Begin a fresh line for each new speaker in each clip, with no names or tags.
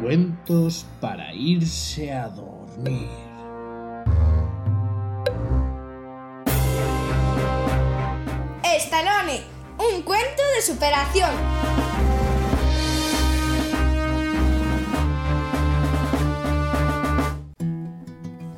Cuentos para irse a dormir.
Estalone, un cuento de superación.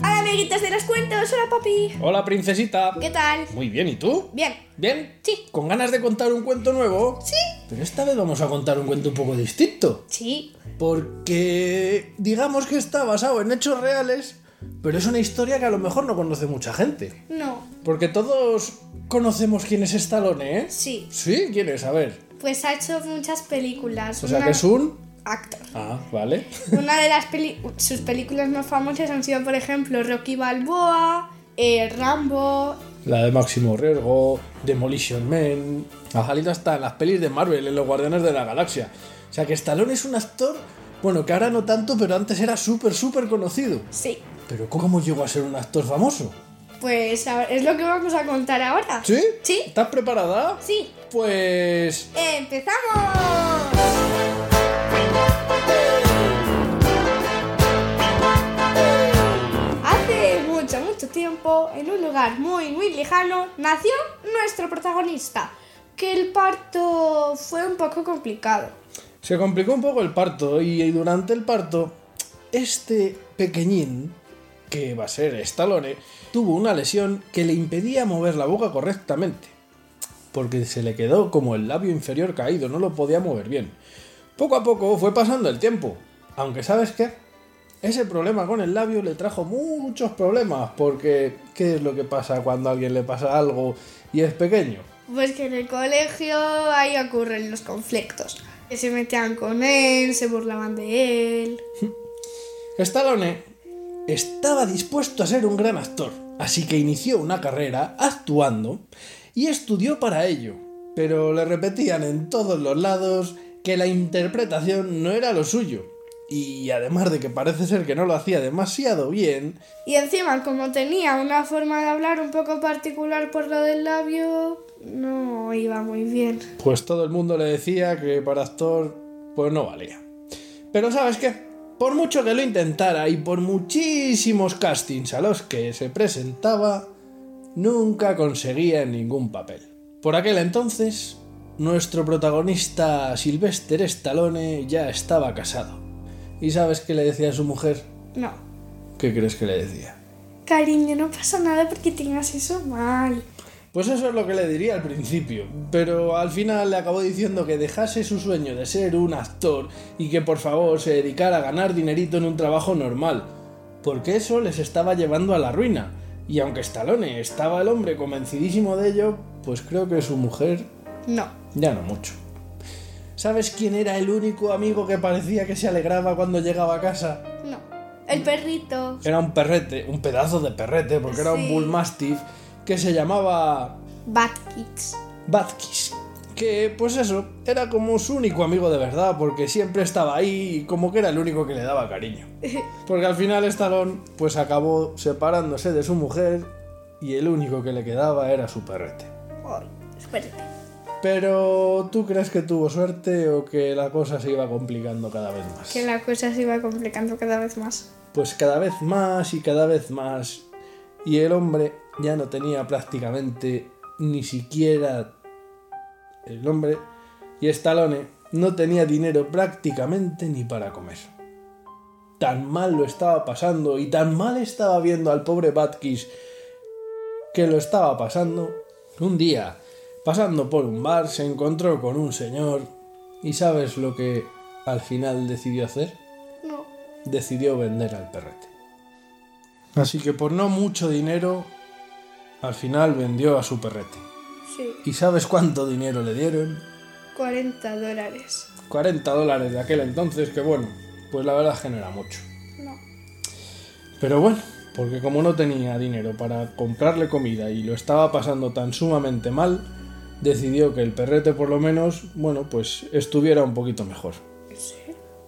Hola amiguitos de los cuentos, hola papi.
Hola, princesita.
¿Qué tal?
Muy bien, ¿y tú?
Bien,
¿Bien?
Sí.
¿Con ganas de contar un cuento nuevo?
Sí.
Pero esta vez vamos a contar un cuento un poco distinto.
sí,
Porque digamos que está basado en hechos reales, pero es una historia que a lo mejor no conoce mucha gente.
no,
Porque todos conocemos quién es Stallone, ¿eh?
sí.
Sí, quién es, a ver.
Pues ha hecho muchas películas.
O sea
Una-
que es un.
actor.
Ah, vale.
Una de las peli- sus películas más famosas han sido, por ejemplo, Rocky Balboa, eh, Rambo.
La de Máximo Riesgo, Demolition Man. Ha salido hasta en las pelis de Marvel, en Los Guardianes de la Galaxia. O sea que Stallone es un actor, bueno, que ahora no tanto, pero antes era súper, súper conocido.
Sí,
Pero ¿cómo llegó a ser un actor famoso?
pues a- es lo que vamos a contar ahora.
¿Sí?
Sí,
¿Estás preparada?
sí.
Pues...
¡Empezamos! Hace mucho, mucho tiempo, en un lugar muy, muy lejano, nació nuestro protagonista. Que el parto fue un poco complicado.
Se complicó un poco el parto y durante el parto, este pequeñín, que va a ser Stallone, tuvo una lesión que le impedía mover la boca correctamente. Porque se le quedó como el labio inferior caído, no lo podía mover bien. Poco a poco fue pasando el tiempo. Aunque sabes qué, ese problema con el labio le trajo muchos problemas. Porque, ¿qué es lo que pasa cuando a alguien le pasa algo y es pequeño?
Pues que en el colegio ahí ocurren los conflictos. Que se metían con él, se burlaban de él.
Stallone estaba dispuesto a ser un gran actor, así que inició una carrera actuando y estudió para ello. Pero le repetían en todos los lados que la interpretación no era lo suyo. Y además de que parece ser que no lo hacía demasiado bien,
Y encima, como tenía una forma de hablar un poco particular por lo del labio, no iba muy bien.
pues todo el mundo le decía que para actor pues no valía. Pero sabes qué, por mucho que lo intentara y por muchísimos castings a los que se presentaba, nunca conseguía ningún papel. Por aquel entonces, nuestro protagonista Sylvester Stallone ya estaba casado. ¿Y sabes qué le decía a su mujer?
No.
¿Qué crees que le decía?
Cariño, no pasa nada porque tengas eso mal.
Pues eso es lo que le diría al principio, pero al final le acabó diciendo que dejase su sueño de ser un actor y que por favor se dedicara a ganar dinerito en un trabajo normal, porque eso les estaba llevando a la ruina. Y aunque Stallone estaba el hombre convencidísimo de ello, pues creo que su mujer
No.
ya no mucho. ¿Sabes quién era el único amigo que parecía que se alegraba cuando llegaba a casa?
No. El perrito.
Era un perrete, un pedazo de perrete, porque era un
Sí.
bull mastiff que se llamaba
Bad Kids.
Batkis. Que, pues eso, era como su único amigo de verdad, porque siempre estaba ahí y como que era el único que le daba cariño. Porque al final Stallone, pues acabó separándose de su mujer y el único que le quedaba era su perrete.
Ay, espérate.
Pero, ¿tú crees que tuvo suerte o que la cosa se iba complicando cada vez más?
Que la cosa se iba complicando cada vez más.
Pues cada vez más y cada vez más. Y el hombre ya no tenía prácticamente ni siquiera... El hombre y Stallone no tenía dinero prácticamente ni para comer. Tan mal lo estaba pasando y tan mal estaba viendo al pobre Batkis que lo estaba pasando. Un día, pasando por un bar, se encontró con un señor y ¿sabes lo que al final decidió hacer?
No.
decidió vender al perrete. Así que por no mucho dinero, al final vendió a su perrete.
Sí.
¿Y sabes cuánto dinero le dieron?
40 dólares.
40 dólares de aquel entonces, que bueno, pues la verdad es que no era mucho.
No.
Pero bueno, porque como no tenía dinero para comprarle comida y lo estaba pasando tan sumamente mal, decidió que el perrete por lo menos, bueno, pues estuviera un poquito mejor.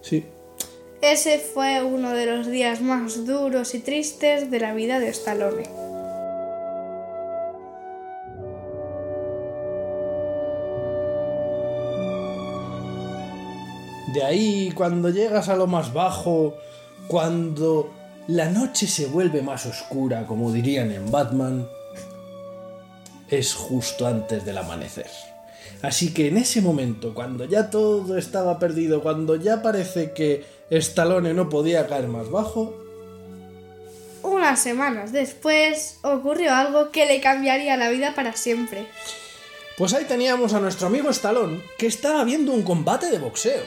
Sí.
Ese fue uno de los días más duros y tristes de la vida de Stallone.
De ahí, cuando llegas a lo más bajo, cuando la noche se vuelve más oscura, como dirían en Batman, es justo antes del amanecer. Así que en ese momento, cuando ya todo estaba perdido, cuando ya parece que Stallone no podía caer más bajo,
Unas semanas después ocurrió algo que le cambiaría la vida para siempre.
Pues ahí teníamos a nuestro amigo Stallone, que estaba viendo un combate de boxeo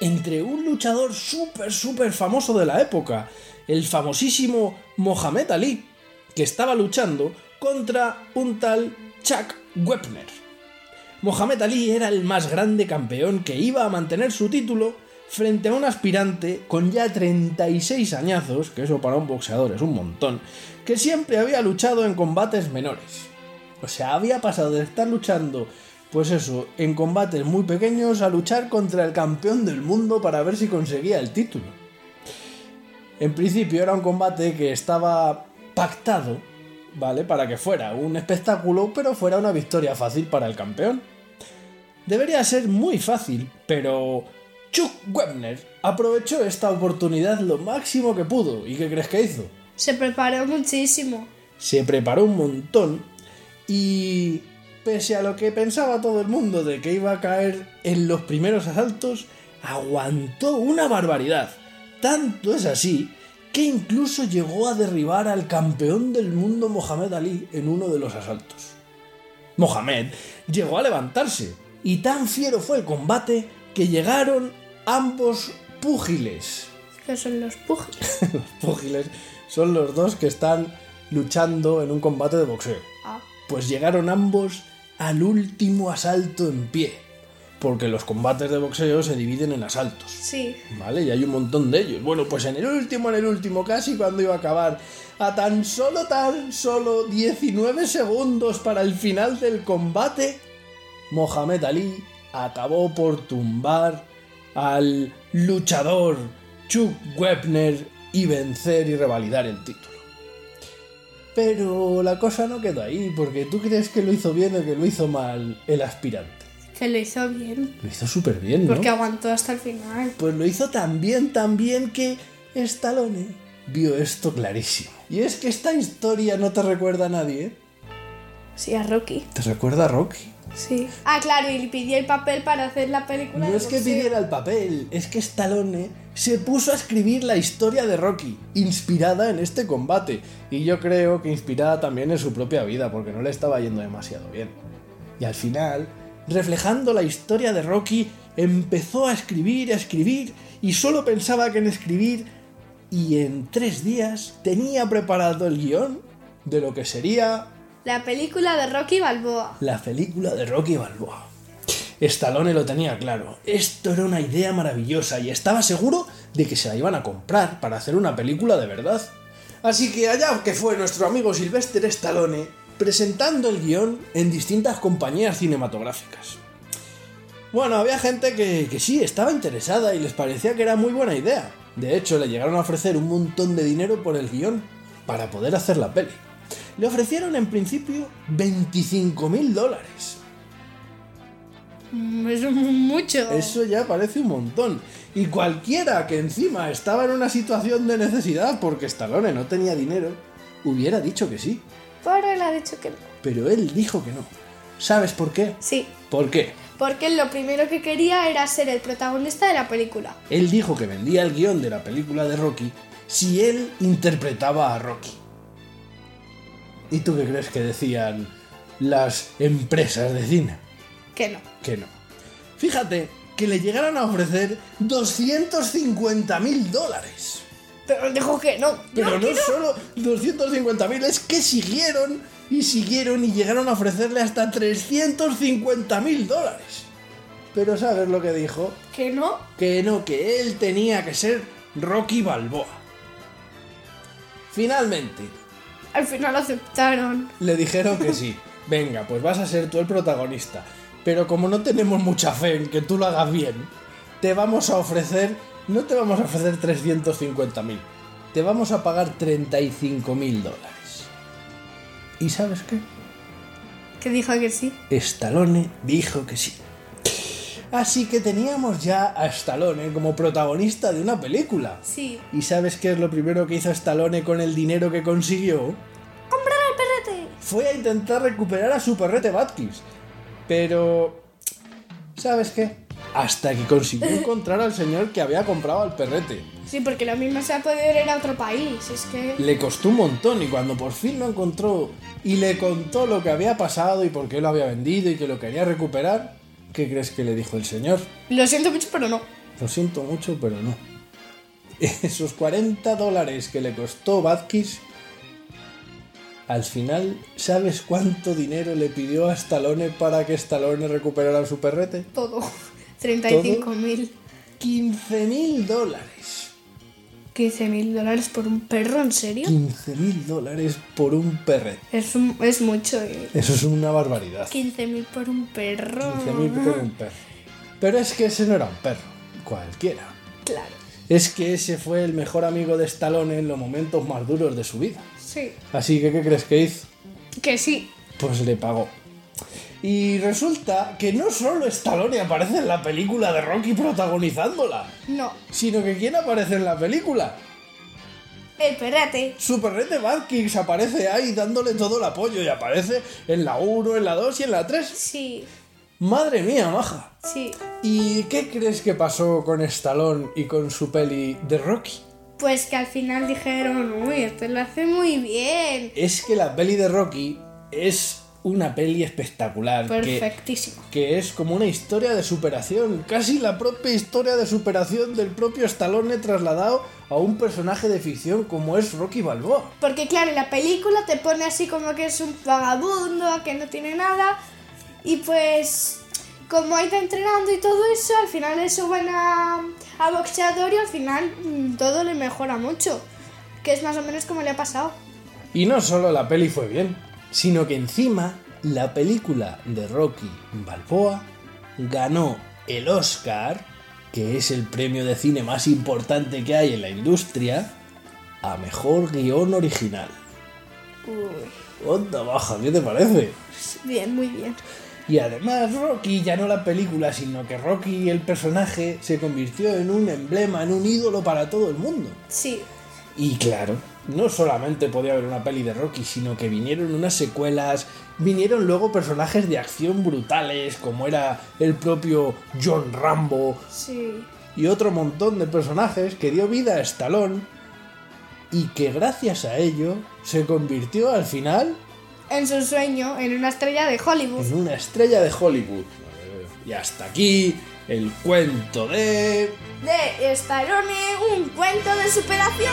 entre un luchador súper, súper famoso de la época, el famosísimo Mohamed Ali, que estaba luchando contra un tal Chuck Wepner. Mohamed Ali era el más grande campeón que iba a mantener su título frente a un aspirante con ya 36 añazos, que eso para un boxeador es un montón, que siempre había luchado en combates menores. O sea, había pasado de estar luchando, pues eso, en combates muy pequeños a luchar contra el campeón del mundo para ver si conseguía el título. En principio era un combate que estaba pactado, ¿vale? Para que fuera un espectáculo, pero fuera una victoria fácil para el campeón. Debería ser muy fácil, pero Chuck Webner aprovechó esta oportunidad lo máximo que pudo. ¿Y qué crees que hizo?
Se preparó muchísimo.
se preparó un montón y pese a lo que pensaba todo el mundo de que iba a caer en los primeros asaltos, aguantó una barbaridad. Tanto es así que incluso llegó a derribar al campeón del mundo Mohamed Ali en uno de los asaltos. Mohamed llegó a levantarse y tan fiero fue el combate que llegaron ambos púgiles
Que son los pugiles.
los púgiles son los dos que están luchando en un combate de boxeo.
Ah,
Pues llegaron ambos al último asalto en pie, porque los combates de boxeo se dividen en asaltos.
sí.
¿Vale? Y hay un montón de ellos. Bueno, pues en el último, en el último, casi cuando iba a acabar, a tan solo, tan solo 19 segundos para el final del combate, Mohamed Ali acabó por tumbar al luchador Chuck Webner y vencer y revalidar el título. Pero la cosa no quedó ahí, porque tú crees que lo hizo bien o que lo hizo mal el aspirante.
Que lo hizo bien.
Lo hizo súper bien, ¿no?
Porque aguantó hasta el final.
Pues lo hizo tan bien, tan bien que Stallone vio esto clarísimo. Y es que esta historia no te recuerda a nadie, ¿eh?
Sí, a Rocky.
Te recuerda a Rocky.
Sí. Ah, claro, y le pidió el papel para hacer la película.
No
de
es que
boxeo.
pidiera el papel, es que Stallone se puso a escribir la historia de Rocky, inspirada en este combate. Y yo creo que inspirada también en su propia vida, porque no le estaba yendo demasiado bien. Y al final, reflejando la historia de Rocky, empezó a escribir, a escribir, y solo pensaba que en escribir, y en tres días tenía preparado el guión de lo que sería
La película de Rocky Balboa.
la película de Rocky Balboa. Stallone lo tenía claro. Esto era una idea maravillosa y estaba seguro de que se la iban a comprar para hacer una película de verdad. Así que allá que fue nuestro amigo Sylvester Stallone presentando el guión en distintas compañías cinematográficas. Bueno, había gente que, que sí, estaba interesada y les parecía que era muy buena idea. De hecho, le llegaron a ofrecer un montón de dinero por el guión para poder hacer la peli. Le ofrecieron en principio 25 mil dólares.
Mm, Es mucho.
Eso ya parece un montón. Y cualquiera que encima estaba en una situación de necesidad porque Stallone no tenía dinero, hubiera dicho que sí.
Pero él ha dicho que no.
Pero él dijo que no. ¿Sabes por qué?
Sí.
¿Por qué?
Porque él lo primero que quería era ser el protagonista de la película.
Él dijo que vendía el guión de la película de Rocky si él interpretaba a Rocky. ¿Y tú qué crees que decían las empresas de cine?
Que no.
que no. Fíjate que le llegaron a ofrecer 250 mil dólares.
Pero él dijo que no.
Pero
Yo
no
quiero-
solo 250 mil, es que siguieron y siguieron y llegaron a ofrecerle hasta 350 mil dólares. Pero ¿sabes lo que dijo?
¿Que no?
Que no, que él tenía que ser Rocky Balboa. Finalmente,
Al final aceptaron.
le dijeron que sí. Venga, pues vas a ser tú el protagonista. Pero como no tenemos mucha fe en que tú lo hagas bien, te vamos a ofrecer... No te vamos a ofrecer 350.000. Te vamos a pagar 35.000 dólares. ¿Y sabes qué?
Que dijo que sí.
Stallone dijo que sí. Así que teníamos ya a Stallone como protagonista de una película.
Sí.
¿Y sabes qué es lo primero que hizo Stallone con el dinero que consiguió?
¡Comprar al perrete!
Fue a intentar recuperar a su perrete Batkins. Pero... ¿Sabes qué? Hasta que consiguió encontrar al señor que había comprado al perrete.
Sí, porque lo mismo se ha podido ir a otro país. Es que.
Le costó un montón y cuando por fin lo encontró y le contó lo que había pasado y por qué lo había vendido y que lo quería recuperar, ¿qué crees que le dijo el señor?
Lo siento mucho, pero no.
Lo siento mucho, pero no. Esos 40 dólares que le costó Batkis, al final, ¿sabes cuánto dinero le pidió a Stallone para que Stallone recuperara su perrete?
Todo. 35.000.
15 mil dólares.
15.000 dólares por un perro, ¿en serio?
15 mil dólares por un perrete.
Es, un- es mucho. eh.
Eso es una barbaridad.
15.000 por un perro.
15.000 por un perro. Pero es que ese no era un perro, cualquiera.
Claro.
Es que ese fue el mejor amigo de Stallone en los momentos más duros de su vida.
Sí.
Así que, ¿qué crees que hizo?
Que sí.
Pues le pagó. Y resulta que no solo Stallone aparece en la película de Rocky protagonizándola,
No.
sino que ¿quién aparece en la película?
El perrete.
Super Red de Bad Kicks aparece ahí dándole todo el apoyo y aparece en la 1, en la 2 y en la 3.
Sí.
Madre mía, maja.
Sí.
¿Y qué crees que pasó con Stallone y con su peli de Rocky?
Pues que al final dijeron, uy, este lo hace muy bien.
Es que la peli de Rocky es una peli espectacular. Que,
Perfectísimo.
que es como una historia de superación. Casi la propia historia de superación del propio Stallone trasladado a un personaje de ficción como es Rocky Balboa.
Porque claro, en la película te pone así como que es un vagabundo, que no tiene nada. Y pues como ha ido entrenando y todo eso, al final eso van a, a boxeador y al final mm, todo le mejora mucho. Que es más o menos como le ha pasado.
Y no solo la peli fue bien, sino que encima la película de Rocky Balboa ganó el Oscar, que es el premio de cine más importante que hay en la industria, a mejor guión original.
Uy,
Onda baja, ¿qué te parece?
bien, muy bien.
Y además Rocky ya no la película, sino que Rocky el personaje se convirtió en un emblema, en un ídolo para todo el mundo.
Sí,
Y claro, no solamente podía haber una peli de Rocky, sino que vinieron unas secuelas, vinieron luego personajes de acción brutales, como era el propio John Rambo
sí.
y otro montón de personajes que dio vida a Stallone y que gracias a ello se convirtió al final
En su sueño, en una estrella de Hollywood.
en una estrella de Hollywood. Y hasta aquí el cuento de...
De Stallone, un cuento de superación.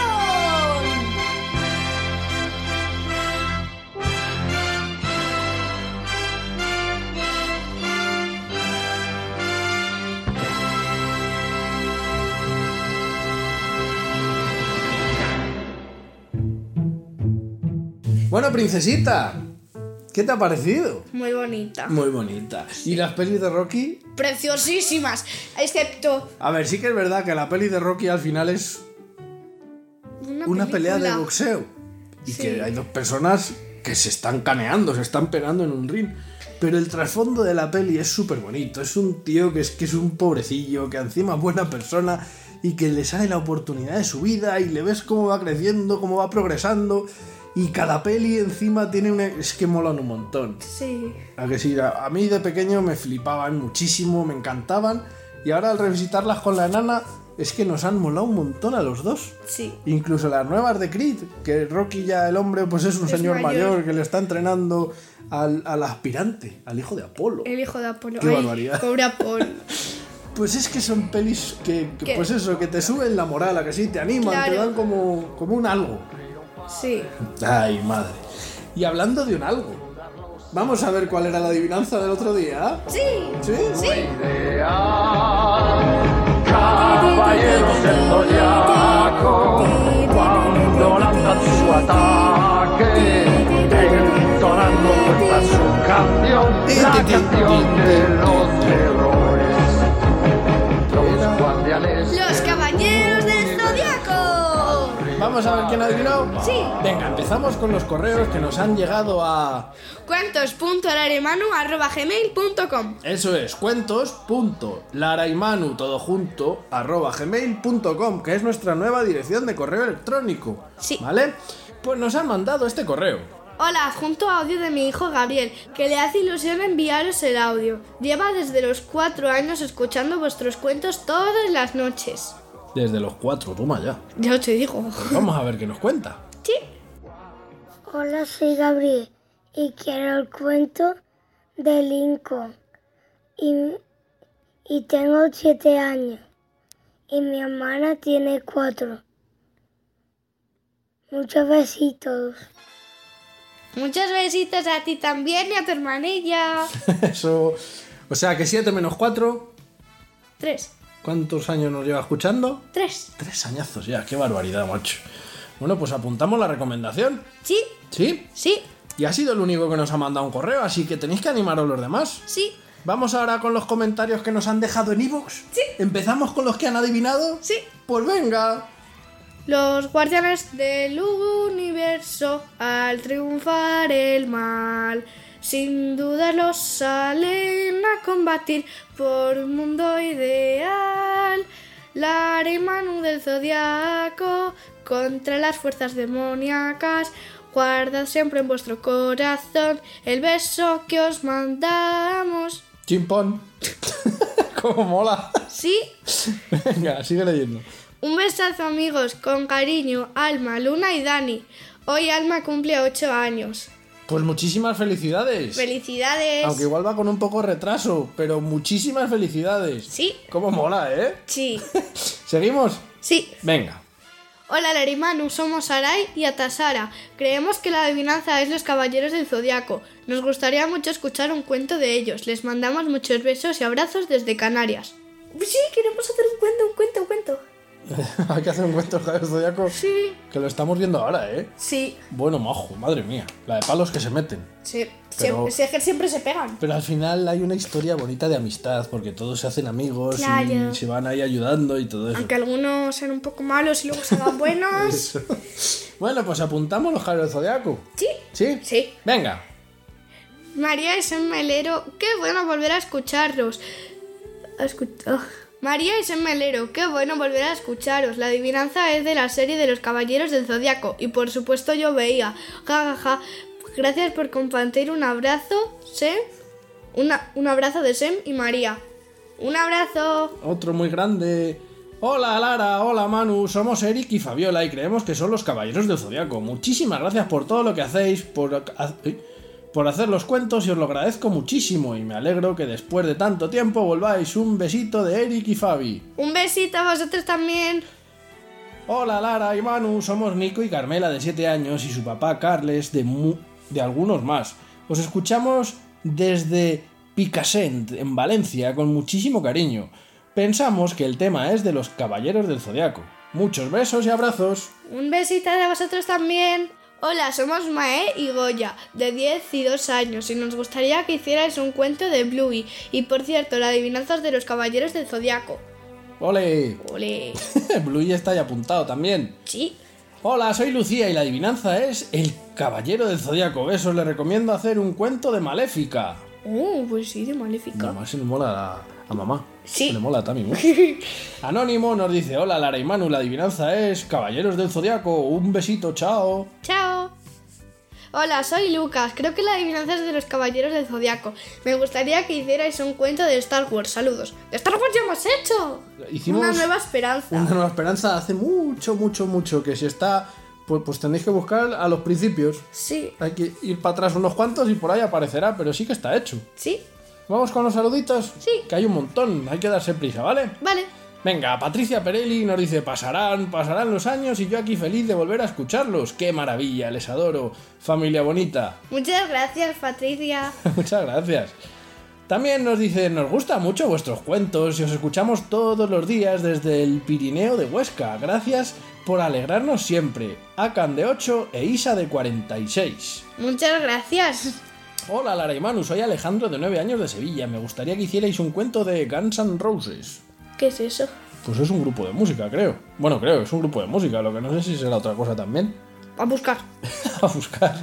Bueno, princesita, ¿qué te ha parecido?
Muy bonita.
Muy bonita. ¿Y las pelis de Rocky?
Preciosísimas. Excepto
A ver, sí que es verdad que la peli de Rocky al final es
una,
una pelea de
película.
boxeo. Y
Sí.
que hay dos personas que se están caneando, se están pegando en un ring. Pero el trasfondo de la peli es súper bonito. Es un tío que es, que es un pobrecillo, que encima es buena persona y que le sale la oportunidad de su vida y le ves cómo va creciendo, cómo va progresando. Y cada peli encima tiene una... Es que molan un montón.
Sí.
A que sí, a, a mí de pequeño me flipaban muchísimo, me encantaban. Y ahora al revisitarlas con la nana, es que nos han molado un montón a los dos.
Sí.
Incluso las nuevas de Creed, que Rocky ya el hombre pues es un
Es
señor mayor.
mayor.
que le está entrenando al, al aspirante, al hijo de Apolo.
El hijo de Apolo.
Qué
Ay,
barbaridad.
Pobre Apolo.
Pues es que son pelis que, que,
Que-
pues eso, que te suben la moral, a que sí, te animan, te
Claro.
dan como, como un algo.
Sí.
Ay, madre. Y hablando de un algo, Vamos a ver cuál era la adivinanza del otro día.
Sí.
¿Sí?
Sí.
ideal. Caballeros del zodiaco, cuando lanzan su ataque, entonando cuenta su canción, la canción de los héroes. Los guardianes.
Los caballeros del zodiaco.
Vamos a ver quién ha adivinado.
Sí.
Venga, empezamos con los correos que nos han llegado a...
Cuentos punto larimanu arroba gmail punto com.
Eso es, cuentos.laraimanu, todo junto, arroba gmail.com, que es nuestra nueva dirección de correo electrónico.
Sí.
¿Vale? Pues nos han mandado este correo.
Hola, junto a audio de mi hijo Gabriel, que le hace ilusión enviaros el audio. Lleva desde los cuatro años escuchando vuestros cuentos todas las noches.
Desde los cuatro, toma ya. Pues
Ya te digo.
Vamos a ver qué nos cuenta.
Sí.
Hola, soy Gabriel y quiero el cuento de Lincoln. Y, y tengo siete años y mi hermana tiene cuatro. Muchos besitos.
Muchos besitos a ti también y a tu hermanilla.
Eso. O sea que 7 menos 4,
Tres.
¿cuántos años nos lleva escuchando?
Tres.
Tres añazos ya, qué barbaridad, macho. Bueno, pues apuntamos la recomendación.
Sí.
¿Sí?
Sí.
Y ha sido el único que nos ha mandado un correo, así que tenéis que animaros los demás.
Sí.
Vamos ahora con los comentarios que nos han dejado en Evox.
Sí.
¿Empezamos con los que han adivinado?
Sí.
Pues venga.
Los guardianes del universo al triunfar el mal. Sin duda los salen a combatir por un mundo ideal. La Arimanu del zodiaco contra las fuerzas demoníacas. Guardad siempre en vuestro corazón el beso que os mandamos.
Chimpón. Como mola.
¿Sí?
Venga, sigue leyendo.
Un besazo amigos, con cariño, Alma, Luna y Dani. Hoy Alma cumple 8 años.
Pues muchísimas felicidades.
Felicidades.
Aunque igual va con un poco de retraso, pero muchísimas felicidades.
Sí.
Cómo mola, ¿eh?
Sí,
¿Seguimos?
sí.
Venga.
Hola Larimanu, somos Sarai y Atasara. Creemos que la adivinanza es los caballeros del zodiaco. Nos gustaría mucho escuchar un cuento de ellos. Les mandamos muchos besos y abrazos desde Canarias.
Sí, queremos hacer un cuento, un cuento, un cuento.
Hay que hacer un cuento Javier Zodiaco.
Sí,
Que lo estamos viendo ahora, ¿eh?
Sí,
Bueno, majo, madre mía. La de palos que se meten.
sí.
Pero-
Siempre, si es que siempre se pegan.
Pero al final hay una historia bonita de amistad, porque todos se hacen amigos
Claro.
y se van ahí ayudando y todo eso.
aunque algunos eran un poco malos y luego se dan buenos.
Eso. Bueno, pues apuntamos los Javier Zodiaco.
Sí.
¿Sí?
Sí.
Venga.
María y San Melero, qué bueno volver a escucharlos. A escu- ah. María y San Melero, qué bueno volver a escucharos. La adivinanza es de la serie de los Caballeros del Zodiaco y por supuesto yo veía. Ja, ja, ja. Gracias por compartir un abrazo, Sem. Una, un abrazo de Sem y María. Un abrazo.
Otro muy grande. Hola Lara, hola Manu, somos Eric y Fabiola y creemos que son los caballeros del Zodiaco. Muchísimas gracias por todo lo que hacéis, por, ha- eh, por hacer los cuentos y os lo agradezco muchísimo y me alegro que después de tanto tiempo volváis. Un besito de Eric y Fabi.
Un besito a vosotros también.
Hola Lara y Manu, somos Nico y Carmela de 7 años y su papá Carles de, mu- de algunos más. Os escuchamos desde Picassent, en Valencia, con muchísimo cariño. Pensamos que el tema es de los caballeros del zodiaco. Muchos besos y abrazos.
Un besito a vosotros también. Hola, somos Mae y Goya, de 10 y 2 años, y nos gustaría que hicierais un cuento de Bluey. Y por cierto, la adivinanza es de los caballeros del zodiaco.
¡Ole!
Ole.
Bluey está ahí apuntado también.
Sí.
Hola, soy Lucía y la adivinanza es El Caballero del Zodiaco. Besos, le recomiendo hacer un cuento de Maléfica.
Oh, pues sí, de maléfica.
Mamá se le mola a, a mamá.
Sí.
Se le mola a Tami mucho. Anónimo nos dice, hola Lara y Manu, la adivinanza es Caballeros del Zodiaco, un besito, chao.
Chao. Hola, soy Lucas. Creo que la adivinanza es de los caballeros del zodiaco. Me gustaría que hicierais un cuento de Star Wars. Saludos. ¡De Star Wars ya hemos hecho!
Hicimos
Una nueva esperanza.
Una nueva esperanza hace mucho, mucho, mucho, que si está, pues, pues tenéis que buscar a los principios.
Sí,
Hay que ir para atrás unos cuantos y por ahí aparecerá, pero sí que está hecho.
sí.
Vamos con los saluditos.
Sí.
Que hay un montón, hay que darse prisa, ¿vale?
Vale.
Venga, Patricia Perelli nos dice, pasarán, pasarán los años y yo aquí feliz de volver a escucharlos. ¡Qué maravilla! Les adoro. Familia bonita.
Muchas gracias, Patricia.
Muchas gracias. También nos dice, nos gustan mucho vuestros cuentos y os escuchamos todos los días desde el Pirineo de Huesca. Gracias por alegrarnos siempre. Acan de 8 e Isa de 46.
Muchas gracias.
Hola Lara y Manu, soy Alejandro de 9 años de Sevilla. Me gustaría que hicierais un cuento de Guns N' Roses.
¿Qué es eso?
Pues es un grupo de música, creo. Bueno, creo, es un grupo de música, lo que no sé si será otra cosa también.
A buscar.
a buscar.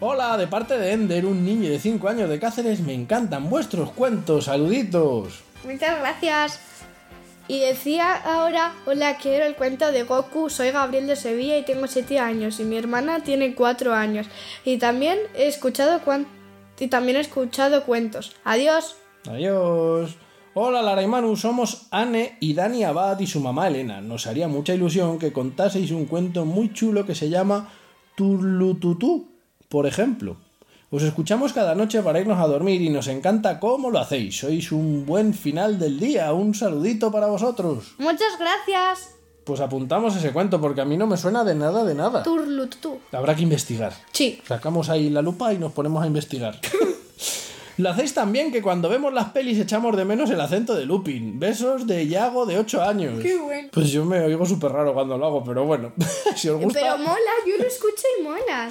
Hola, de parte de Ender, un niño de 5 años de Cáceres, me encantan vuestros cuentos, saluditos.
Muchas gracias. Y decía ahora, hola, quiero el cuento de Goku, soy Gabriel de Sevilla y tengo 7 años y mi hermana tiene 4 años. Y también he escuchado cuan- y también he escuchado cuentos. Adiós.
Adiós. Hola Lara y Manu, somos Anne y Dani Abad y su mamá Elena. Nos haría mucha ilusión que contaseis un cuento muy chulo que se llama Turlututú, por ejemplo. Os escuchamos cada noche para irnos a dormir y nos encanta cómo lo hacéis. Sois un buen final del día. Un saludito para vosotros.
Muchas gracias.
Pues apuntamos ese cuento porque a mí no me suena de nada, de nada.
Turlututú.
Habrá que investigar.
Sí.
Sacamos ahí la lupa y nos ponemos a investigar. Lo hacéis también que cuando vemos las pelis echamos de menos el acento de Lupin. Besos de Yago de 8 años.
Qué bueno.
Pues yo me oigo súper raro cuando lo hago, pero bueno, si os gusta...
Pero mola, yo lo escucho y mola.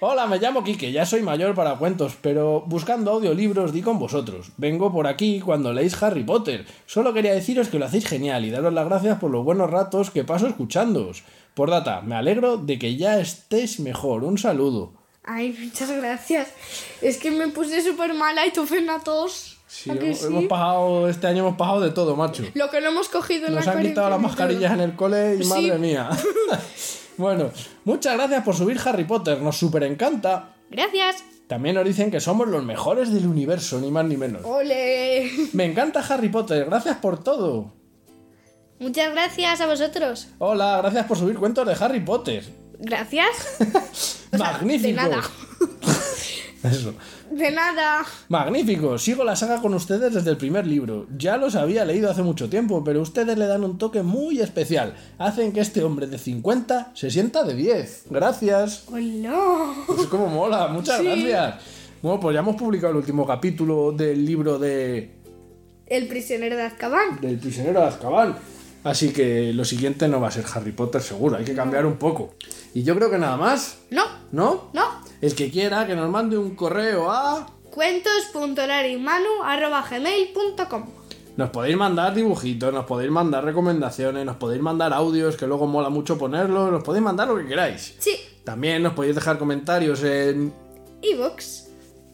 Hola, me llamo Quique, ya soy mayor para cuentos, pero buscando audiolibros di con vosotros. Vengo por aquí cuando leéis Harry Potter. Solo quería deciros que lo hacéis genial y daros las gracias por los buenos ratos que paso escuchándoos. Por data, me alegro de que ya estéis mejor. Un saludo.
Ay, muchas gracias. Es que me puse súper mala y tuve una tos.
Sí,
¿A que
hemos,
sí?
hemos pasado, este año hemos pasado de todo, macho.
Lo que no hemos cogido en
Nos
la
han quitado las mascarillas en el cole y
Sí.
madre mía. bueno, muchas gracias por subir Harry Potter, nos super encanta.
Gracias.
También nos dicen que somos los mejores del universo, ni más ni menos.
Ole.
Me encanta Harry Potter, gracias por todo.
Muchas gracias a vosotros.
Hola, gracias por subir cuentos de Harry Potter.
Gracias.
Magnífico.
de nada.
Eso.
De nada.
Magnífico, sigo la saga con ustedes desde el primer libro. Ya los había leído hace mucho tiempo, pero ustedes le dan un toque muy especial. Hacen que este hombre de 50 se sienta de 10. Gracias.
Hola.
Pues como mola, muchas gracias. Bueno, pues ya hemos publicado el último capítulo del libro de
El prisionero de Azkaban.
del prisionero de Azkaban. Así que lo siguiente no va a ser Harry Potter seguro, hay que cambiar un poco. Y yo creo que nada más,
No,
¿no?
no.
El que quiera que nos mande un correo a
Cuentos.larimanu.gmail.com
Nos podéis mandar dibujitos, nos podéis mandar recomendaciones, nos podéis mandar audios, que luego mola mucho ponerlos, nos podéis mandar lo que queráis.
Sí.
También nos podéis dejar comentarios en...
Evox.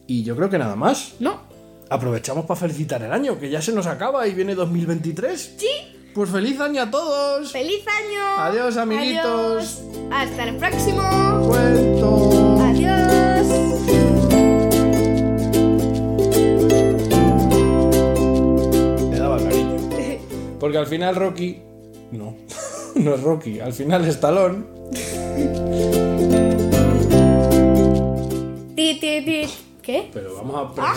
Y yo creo que nada más.
No.
Aprovechamos para felicitar el año, que ya se nos acaba y viene 2023.
Sí.
Pues feliz año a todos.
¡Feliz año!
Adiós, amiguitos.
Adiós. Hasta el próximo.
Cuento.
Adiós.
Le daba cariño. Porque al final Rocky... No, no es Rocky, al final es Talón.
Ti, ti, ti. ¿Qué?
Pero vamos a...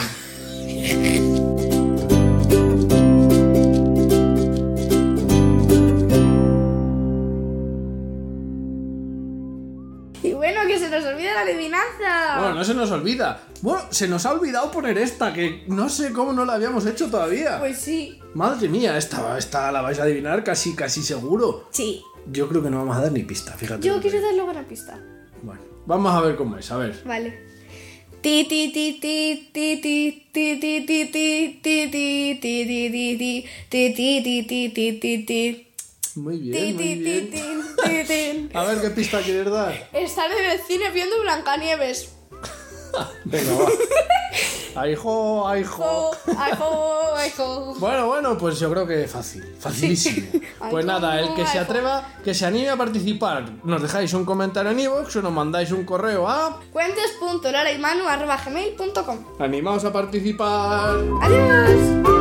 Y bueno, que se nos olvida la adivinanza.
Bueno, no se nos olvida. Bueno, se nos ha olvidado poner esta, que no sé cómo no la habíamos hecho todavía.
Pues sí.
Madre mía, esta, esta la vais a adivinar casi, casi seguro.
Sí.
Yo creo que no vamos a dar ni pista, fíjate.
Yo quiero darle una pista.
Bueno, vamos a ver cómo es, a ver.
Vale. Ti ti ti ti ti ti ti ti ti ti ti ti ti ti ti ti ti ti ti ti ti ti ti
Muy
ti
bien, muy
ti ti
bien.
ti ti ti
A ver qué pista quieres dar.
Estar en el cine viendo Blancanieves.
Venga, va. Aijo, aijo.
Oh, ay, oh, ay, oh.
Bueno, bueno, pues yo creo que fácil, facilísimo. Pues
Ay,
nada, el que se
ay,
atreva, que se anime a participar, nos dejáis un comentario en iVoox o nos mandáis un correo a...
Cuentos.laraymanu.gmail.com
Animaos a participar.
Adiós.